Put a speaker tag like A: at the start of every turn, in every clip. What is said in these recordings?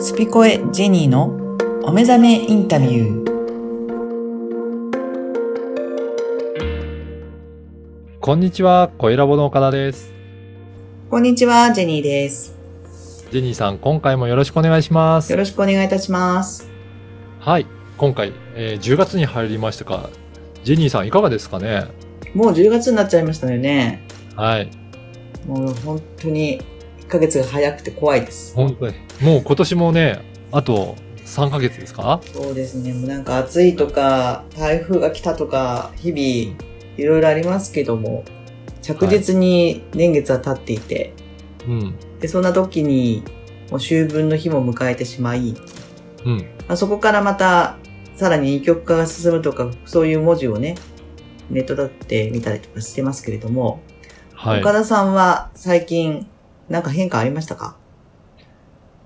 A: スピコエジェニーのお目覚めインタビュー。
B: こんにちは、声ラボの岡田です。
A: こんにちは、ジェニーです。
B: ジェニーさん、今回もよろしくお願いしま
A: よ
B: す。
A: ろしくお願いいたします。
B: はい、今回、えー10月に入りましたか。ジェニーさん、いかがですかね
A: もう10月になっちゃいましたよね。
B: はい、
A: もう本当に1ヶ月が早くて怖いです。
B: 本当に。もう今年もね、あと3ヶ月ですか
A: そうですね。もうなんか暑いとか、台風が来たとか、日々いろいろありますけども、着実に年月は経っていて、
B: うん、
A: で、そんな時に、もう秋分の日も迎えてしまい、
B: うん、
A: まあ、そこからまた、さらに二極化が進むとか、そういう文字をね、ネットだって見たりとかしてますけれども、
B: はい
A: 岡。田さんは最近、なんか変化ありましたか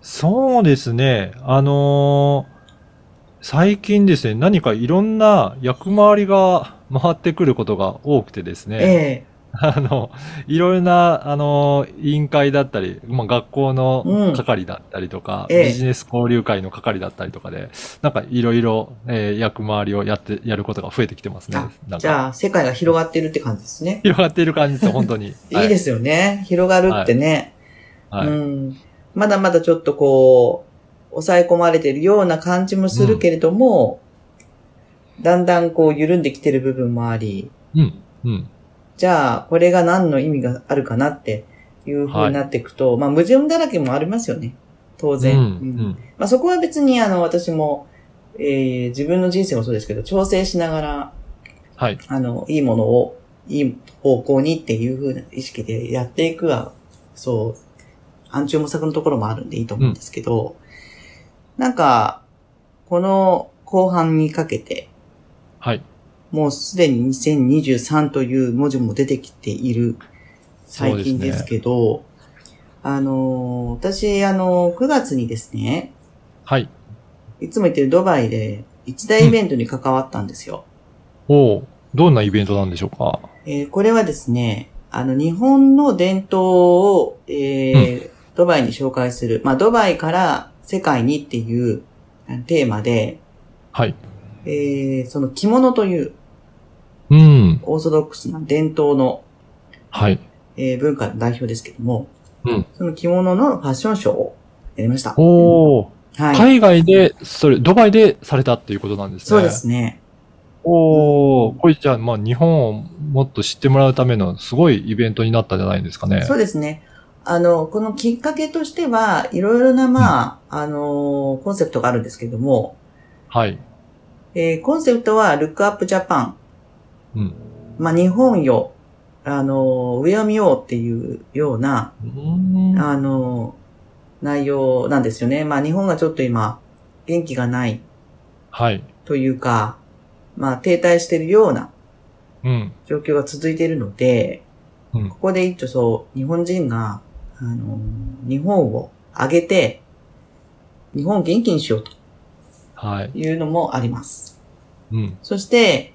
B: そうですね、あのー最近ですね、何かいろんな役回りが回ってくることが多くてですね。
A: え
B: あの、いろいろな、あの、委員会だったり、まあ、学校
A: うん
B: の係だったりとか、
A: ええ
B: ビジネス交流会の係だったりとかで、なんかいろいろ、えー役回りをやって、やることが増えてきてますね。
A: あ
B: な
A: え
B: ん
A: じ
B: か、
A: ゃあ、世界が広がってるって感じですね。
B: 広がっている感じです、本当 に。
A: いいですよね。広がるってね、
B: はい。は
A: う
B: い。
A: ん。まだまだちょっとこう、抑え込まれてるような感じもするけれども、だんだんこう緩んできてる部分もあり、
B: うん、うん。
A: じゃあ、これが何の意味があるかなっていう風になっていくと、まあ、矛盾だらけもありますよね。当
B: うん、う
A: 然。うん
B: ん。
A: まあ、そこは別に、あの、私も、えー自分の人生もそうですけど、調整しながら、
B: はい。
A: あの、いいものを、いい方向にっていう風な意識でやっていくは、そう、暗中模索のところもあるんでいいと思うんですけど、なんか、この後半にかけて、
B: はい。
A: もうすでに2023という文字も出てきている最近ですけど、あのー、私、あのー、9月にですね、
B: はい。
A: いつも行ってるドバイで一大イベントに関わったんですよ。
B: おうどんなイベントなんでしょうか
A: えーこれはですね、あの、日本の伝統を、えードバイに紹介する、まあ、ドバイから世界にっていうあのテーマで、
B: はい。
A: えーその着物という
B: うん。
A: オーソドックスな伝統の
B: はい。
A: えー文化の代表ですけども、
B: うん
A: その着物のファッションショーをやりました。
B: おお、
A: はい。
B: 海外で、それ、ドバイでされたっていうことなんですね。
A: そうですね。
B: おお、これじゃあ、まあ、日本をもっと知ってもらうためのすごいイベントになったんじゃないんですかね。
A: そうですね。あの、このきっかけとしては、いろいろな、まあ、あのーコンセプトがあるんですけども、
B: はい。
A: えーコンセプトは、ルックアップジャパン。
B: うん。
A: まあ、日本よ、あのー上を見ようっていうような、
B: うーん
A: あのー内容なんですよね。まあ、日本がちょっと今、元気がない
B: はい。
A: というか、まあ、停滞しているような
B: うん。
A: 状況が続いているので、
B: うん
A: ここで一応そう、日本人が、あのー、日本を上げて、日本を元気にしようと
B: はい。
A: いうのもあります。
B: うん。
A: そして、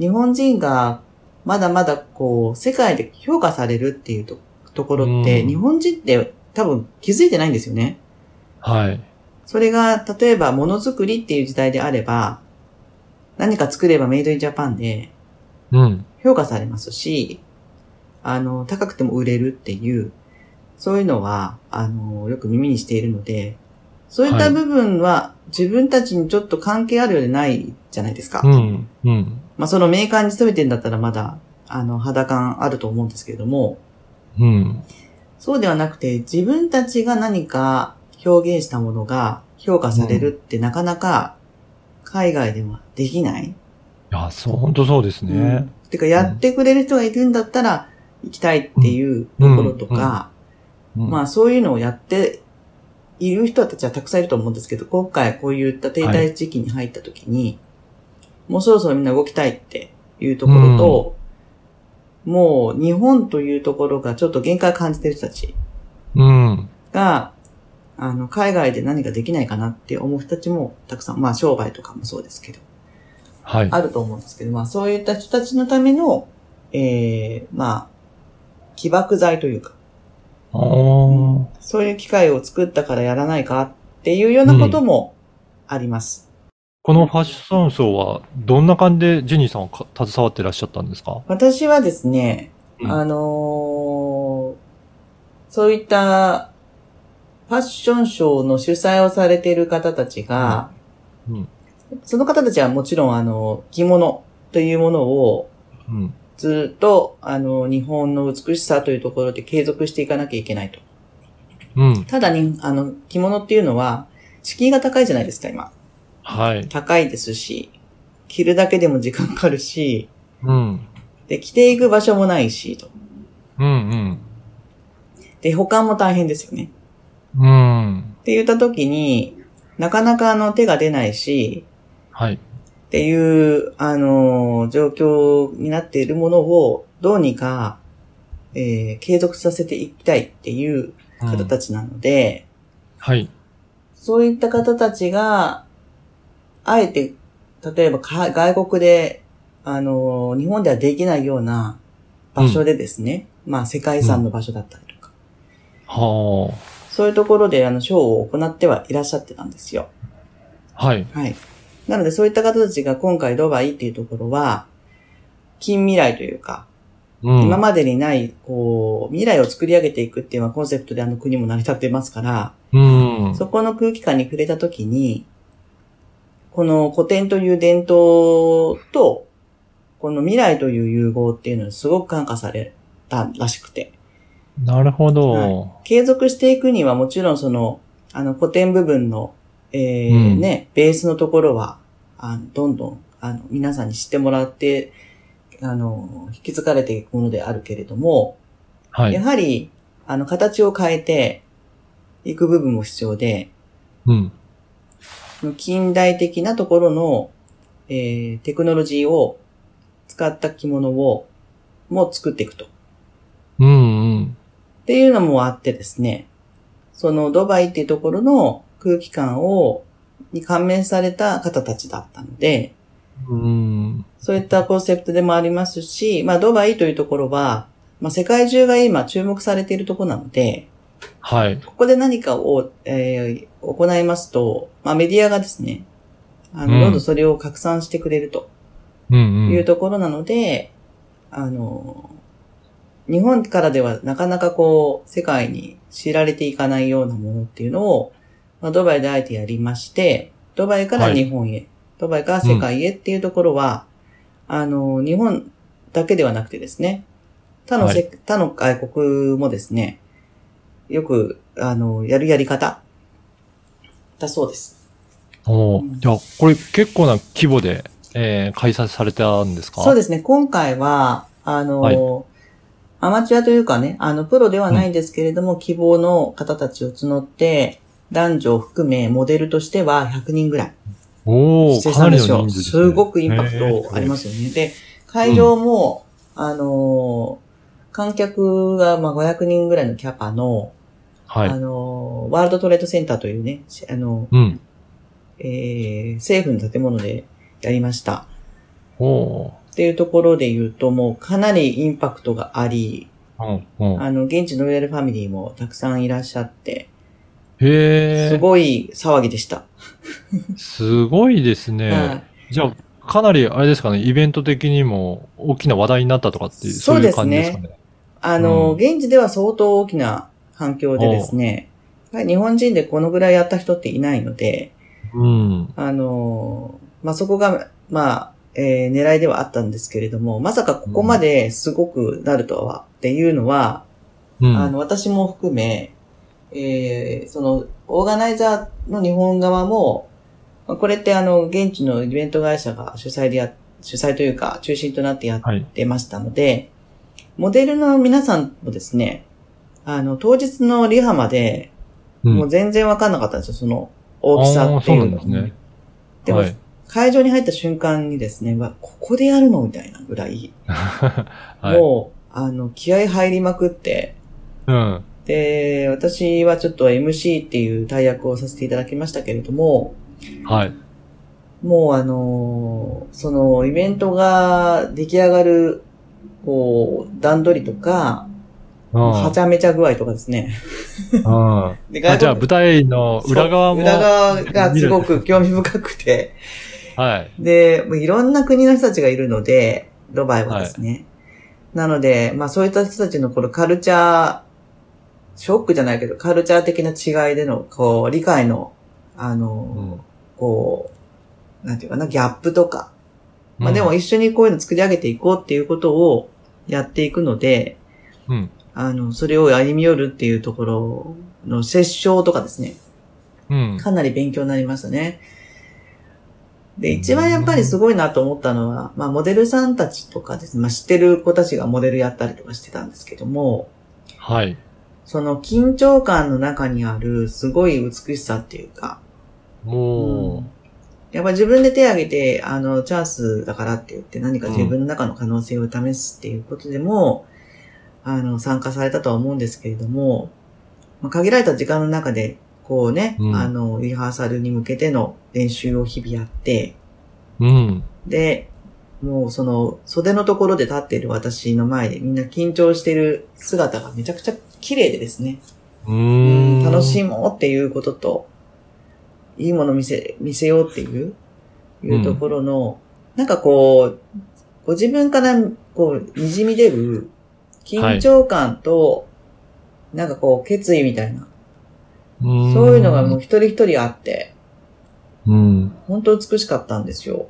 A: 日本人がまだまだこう、世界で評価されるっていうとところって、
B: うん
A: 日本人って多分気づいてないんですよね。
B: はい。
A: それが、例えばものづくりっていう時代であれば、何か作ればメイドインジャパンで、
B: うん。
A: 評価されますし、あの、高くても売れるっていう、そういうのは、あの、よく耳にしているので、そういった
B: はい
A: 部分は自分たちにちょっと関係あるようでないじゃないですか。
B: うん。うん。
A: まあ、そのメーカーに勤めてんだったらまだ、あの、肌感あると思うんですけれども、
B: うん。
A: そうではなくて、自分たちが何か表現したものが評価されるってなかなか海外ではできない。
B: いや、そう、本当そうですね。
A: うんてか、やってくれる人がいるんだったら、行きたいっていうところとか、
B: うん
A: まあそういうのをやっている人たちはたくさんいると思うんですけど、今回こういった停滞時期に入った時に、もうそろそろみんな動きたいっていうところと、もう日本というところがちょっと限界を感じてる人たち
B: うん。
A: が、あの、海外で何かできないかなって思う人たちもたくさん、まあ商売とかもそうですけど、
B: はい。
A: あると思うんですけど、まあそういった人たちのための、ええまあ、起爆剤というか、
B: おー
A: そういう機会を作ったからやらないかっっていうようなこともあります。
B: このファッションショーは、どんな感じでジェニーさんはか携わってらっしゃったんですか
A: 私はですね、
B: うん
A: あのーそういったファッションショーの主催をされている方たちが、
B: うんうん
A: その方たちはもちろんあの、着物というものを
B: うん。
A: ずっとあの、日本の美しさというところで継続していかなきゃいけないと。
B: うん。
A: ただに、あの、着物っていうのは、敷居が高いじゃないですか、今。
B: はい。
A: 高いですし、着るだけでも時間かかるし、
B: うん。
A: で、着ていく場所もないし、と。
B: うん
A: で、保管も大変ですよね。
B: うん。うん。
A: って言った時に、なかなかあの手が出ないし、
B: はい。
A: っていう、あのー状況になっているものを、どうにか、えー継続させていきたいっていう
B: うん
A: 方たちなので、
B: はい。
A: そういった方たちが、あえて、例えばか外国で、あのー、日本ではできないような場所でですね、まあ世界遺産の場所だったりとか、
B: は
A: そういうところであの、ショーを行ってはいらっしゃってたんですよ。
B: あ。はい。
A: はい。なのでそういった方たちが今回ドバイっていうところは、近未来というか、
B: うん。
A: 今までにない、こう、未来を作り上げていくっていうのはコンセプトであの国も成り立ってますから、
B: うん。
A: そこの空気感に触れたときに、この古典という伝統と、この未来という融合っていうのにすごく感化されたらしくて。
B: なるほど。
A: は継続していくにはもちろんその、あの古典部分の、えー
B: うん
A: ね、ベースのところは、あのどんどん、あの、皆さんに知ってもらって、あの、引き継がれていくものであるけれども、
B: はい。
A: やはり、あの、形を変えていく部分も必要で、
B: うん。
A: 近代的なところの、えーテクノロジーを使った着物をもう作っていくと。っ
B: うんうん。
A: ていうのもあってですね、そのドバイっていうところの空気感を、に感銘された方たちだったので、
B: うん。
A: そういったコンセプトでもありますし、まあドバイというところは、まあ世界中が今注目されているところなので、
B: はい。
A: ここで何かを、えー行いますと、まあメディアがですね、あ
B: う
A: の、
B: ん
A: どんどんそれを拡散してくれると。
B: うんう。
A: いうんところなので、あの、日本からではなかなかこう、世界に知られていかないようなものっていうのを、まあ、ドバイであえてやりまして、ドバイから日本へ、ドバイから世界へっていうところは、あの、日本だけではなくてですね、他のせ、他の外国もですね、よく、あの、やるやり方、だそうです。
B: おーじゃあ、これ結構な規模で、えー、開催されたんですか
A: そう
B: で
A: ですね、今回は、あの、
B: はい
A: アマチュアというかね、あの、プロではないんですけれども、希望の方たちを募って、男女を含め、モデルとしては100人ぐらい
B: す。おお
A: 出演
B: か
A: し
B: な
A: たんで
B: り
A: す
B: の
A: よ。
B: 人数です、ね。。
A: すごくインパクトありますすよね。で、会場も、あのー観客がまあ500人ぐらいのキャパの、
B: は
A: あ
B: い。
A: のーワールドトレードセンターというね、しあの、
B: うん。
A: えー政府の建物でやりました。
B: おお
A: っていうところで言うと、もうかなりインパクトがあり、
B: ーうん。うん。
A: あの、現地のロイヤルファミリーもたくさんいらっしゃって、
B: へ
A: す
B: え。
A: ごい騒ぎでした。
B: すごいですね。
A: はい
B: じゃあ、かなり、あれですかね、イベント的にも大きな話題になったとかっていう、
A: そ
B: そうう
A: で
B: いう
A: す
B: 感じ
A: ね
B: ですかね。
A: あの、
B: うん
A: 現地では相当大きな反響でですね、やはり日本人でこのぐらいやった人っていないので、
B: うん。
A: あの、まあ、そこが、まあ、えー狙いではあったんですけれども、まさかここまですごくなるとは、っていうのは、
B: う
A: あ
B: ん。
A: の、私も含め、えーその、オーガナイザーの日本側も、まあこれってあの、現地のイベント会社が主催でや、主催というか、中心となってや
B: はい
A: ってましたので、モデルの皆さんもですね、あの、当日のリハまで、
B: うん
A: もう全然わかんなかったんですよ、その大きさっていうの
B: あーそうなんですね。
A: でも、
B: はい。
A: 会場に入った瞬間にですね、うわ、ここでやるのみたいなぐらい、
B: はい。
A: もう、あの、気合入りまくって、
B: うん。
A: で、私はちょっと MC っていう大役をさせていただきましたけれども、
B: はい。
A: もうあのーそのイベントが出来上がる、こう、段取りとか、はちゃめちゃ具合とかですね。
B: うん。うん
A: で
B: あじゃあ
A: 外
B: 舞台の
A: 国
B: 裏側も。
A: 裏側がすご
B: 見
A: く興味深くて。
B: る。はい。
A: で、もういろんな国の人たちがいるので、ドバイはですね。なので、まあそういった人たちのこのカルチャー、ショックじゃないけど、カルチャー的な違いでの、こう、理解の、あの、
B: うん
A: こう、なんていうかな、ギャップとか。まあでも、一緒にこういうの作り上げていこうっていうことをやっていくので、
B: うん。
A: あの、それを歩み寄るっていうところの接触とかですね。
B: うん。
A: かなり勉強になりましたね。で、一番やっぱりすごいなと思ったのは、まあ、モデルさんたちとかですね、まあ、知ってる子たちがモデルやったりとかしてたんですけども、
B: はい。
A: その緊張感の中にあるすごい美しさっていうか、
B: も
A: やっぱ自分で手を挙げて、あの、チャンスだからって言って何か自分の中の可能性を試すっていうことでも、あの、参加されたとは思うんですけれども、まあ、限られた時間の中で、こうね、
B: うん
A: あの、リハーサルに向けての練習を日々やって、
B: う、うん。
A: で、もうその、袖のところで立っている私の前でみんな緊張してる姿がめちゃくちゃ綺麗でですね。
B: うーん。
A: 楽し
B: い。
A: もうっていうことと、いいもの見せ、見せようっていう、いうところの、なんかこう、ご自分からこう、滲み出る緊張感と、なんかこう、決意みたいな、そういうのがもう一人一人あって、
B: うん。
A: 本当美しかったんですよ。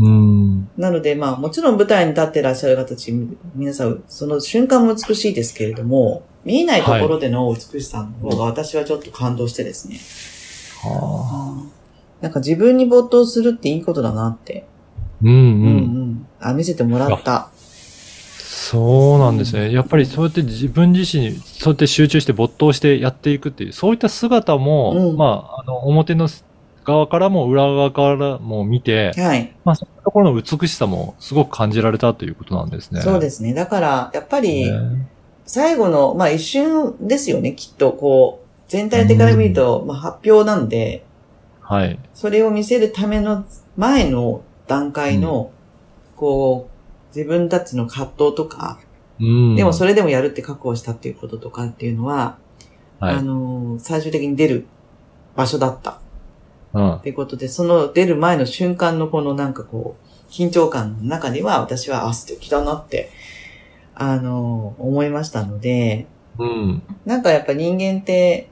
B: うん。
A: なのでまあ、もちろん舞台に立ってらっしゃる方たち、皆さん、その瞬間も美しいですけれども、見えないところでの美しさの方が私はちょっと感動してですね。
B: はあ
A: なんか自分に没頭するっていいことだなって。
B: うん
A: う
B: うん。
A: ん。あ、見せてもらった。
B: そうなんですね。やっぱりそうやって自分自身に、そうやって集中して没頭してやっていくっていう、そういった姿も、
A: うん
B: まあ、あの、表の側からも裏側からも見て、
A: はい。
B: まあ、そういうところの美しさもすごく感じられたということなんですね。
A: そうですすね。だから、やっぱり、
B: ね。
A: 最後の、まあ一瞬ですよね、きっと。こう、全体的から見ると、まあ発表なんで、
B: はい。
A: それを見せるための前の段階の、こう、自分たちの葛藤とか、
B: うん。
A: でもそ
B: れ、
A: れでもやるって覚悟したっていうこととかっていうのは、
B: はい
A: あ。のー最終的に出る場所だった。
B: うん
A: っ。ていうことで、その出る前の瞬間のこのなんかこう、緊張感の中では私は、あ、素敵だなって、あの、思いましたので、
B: うん。
A: なんかやっぱ人間って、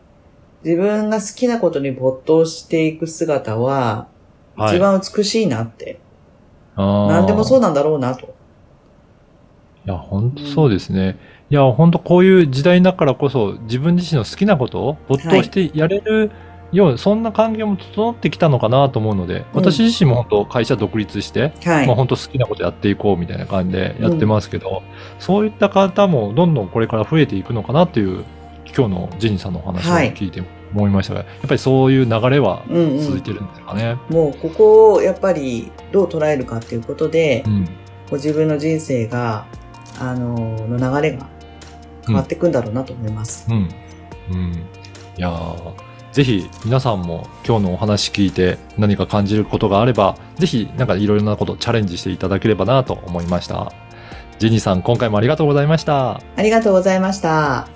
A: 自分が好きなことに没頭していく姿は、
B: はい
A: 一番美しいなって、
B: 何
A: 何でもそうなんだろうなと。
B: いや、本当そうですね。いや、本当こういう時代だからこそ、自分自身の好きなことを没頭してやれるよう、そんな環境も整ってきたのかなと思うので、私自身も本当会社独立して、
A: はい
B: まあ。本当好きなことやっていこうみたいな感じでやってますけど、そういった方もどんどんこれから増えていくのかなっていう、今日のジェニーさんのお話を
A: はい
B: 聞いて思いましたが、やっぱりそういう流れは
A: うんう
B: 続
A: ん。
B: いてるんですかね。
A: もうここをやっぱりどう捉えるかっていうことで
B: う、ん。
A: ご自分の人生が、あの、の流れが変わっていくんだろうなと思います。
B: うん。うん。いやーぜひ皆さんも今日のお話聞いて何か感じることがあれば、ぜひなんかいろいろなことチャレンジしていただければなと思いました。ジェニーさん、今回もありがとうございました。
A: ありがとうございました。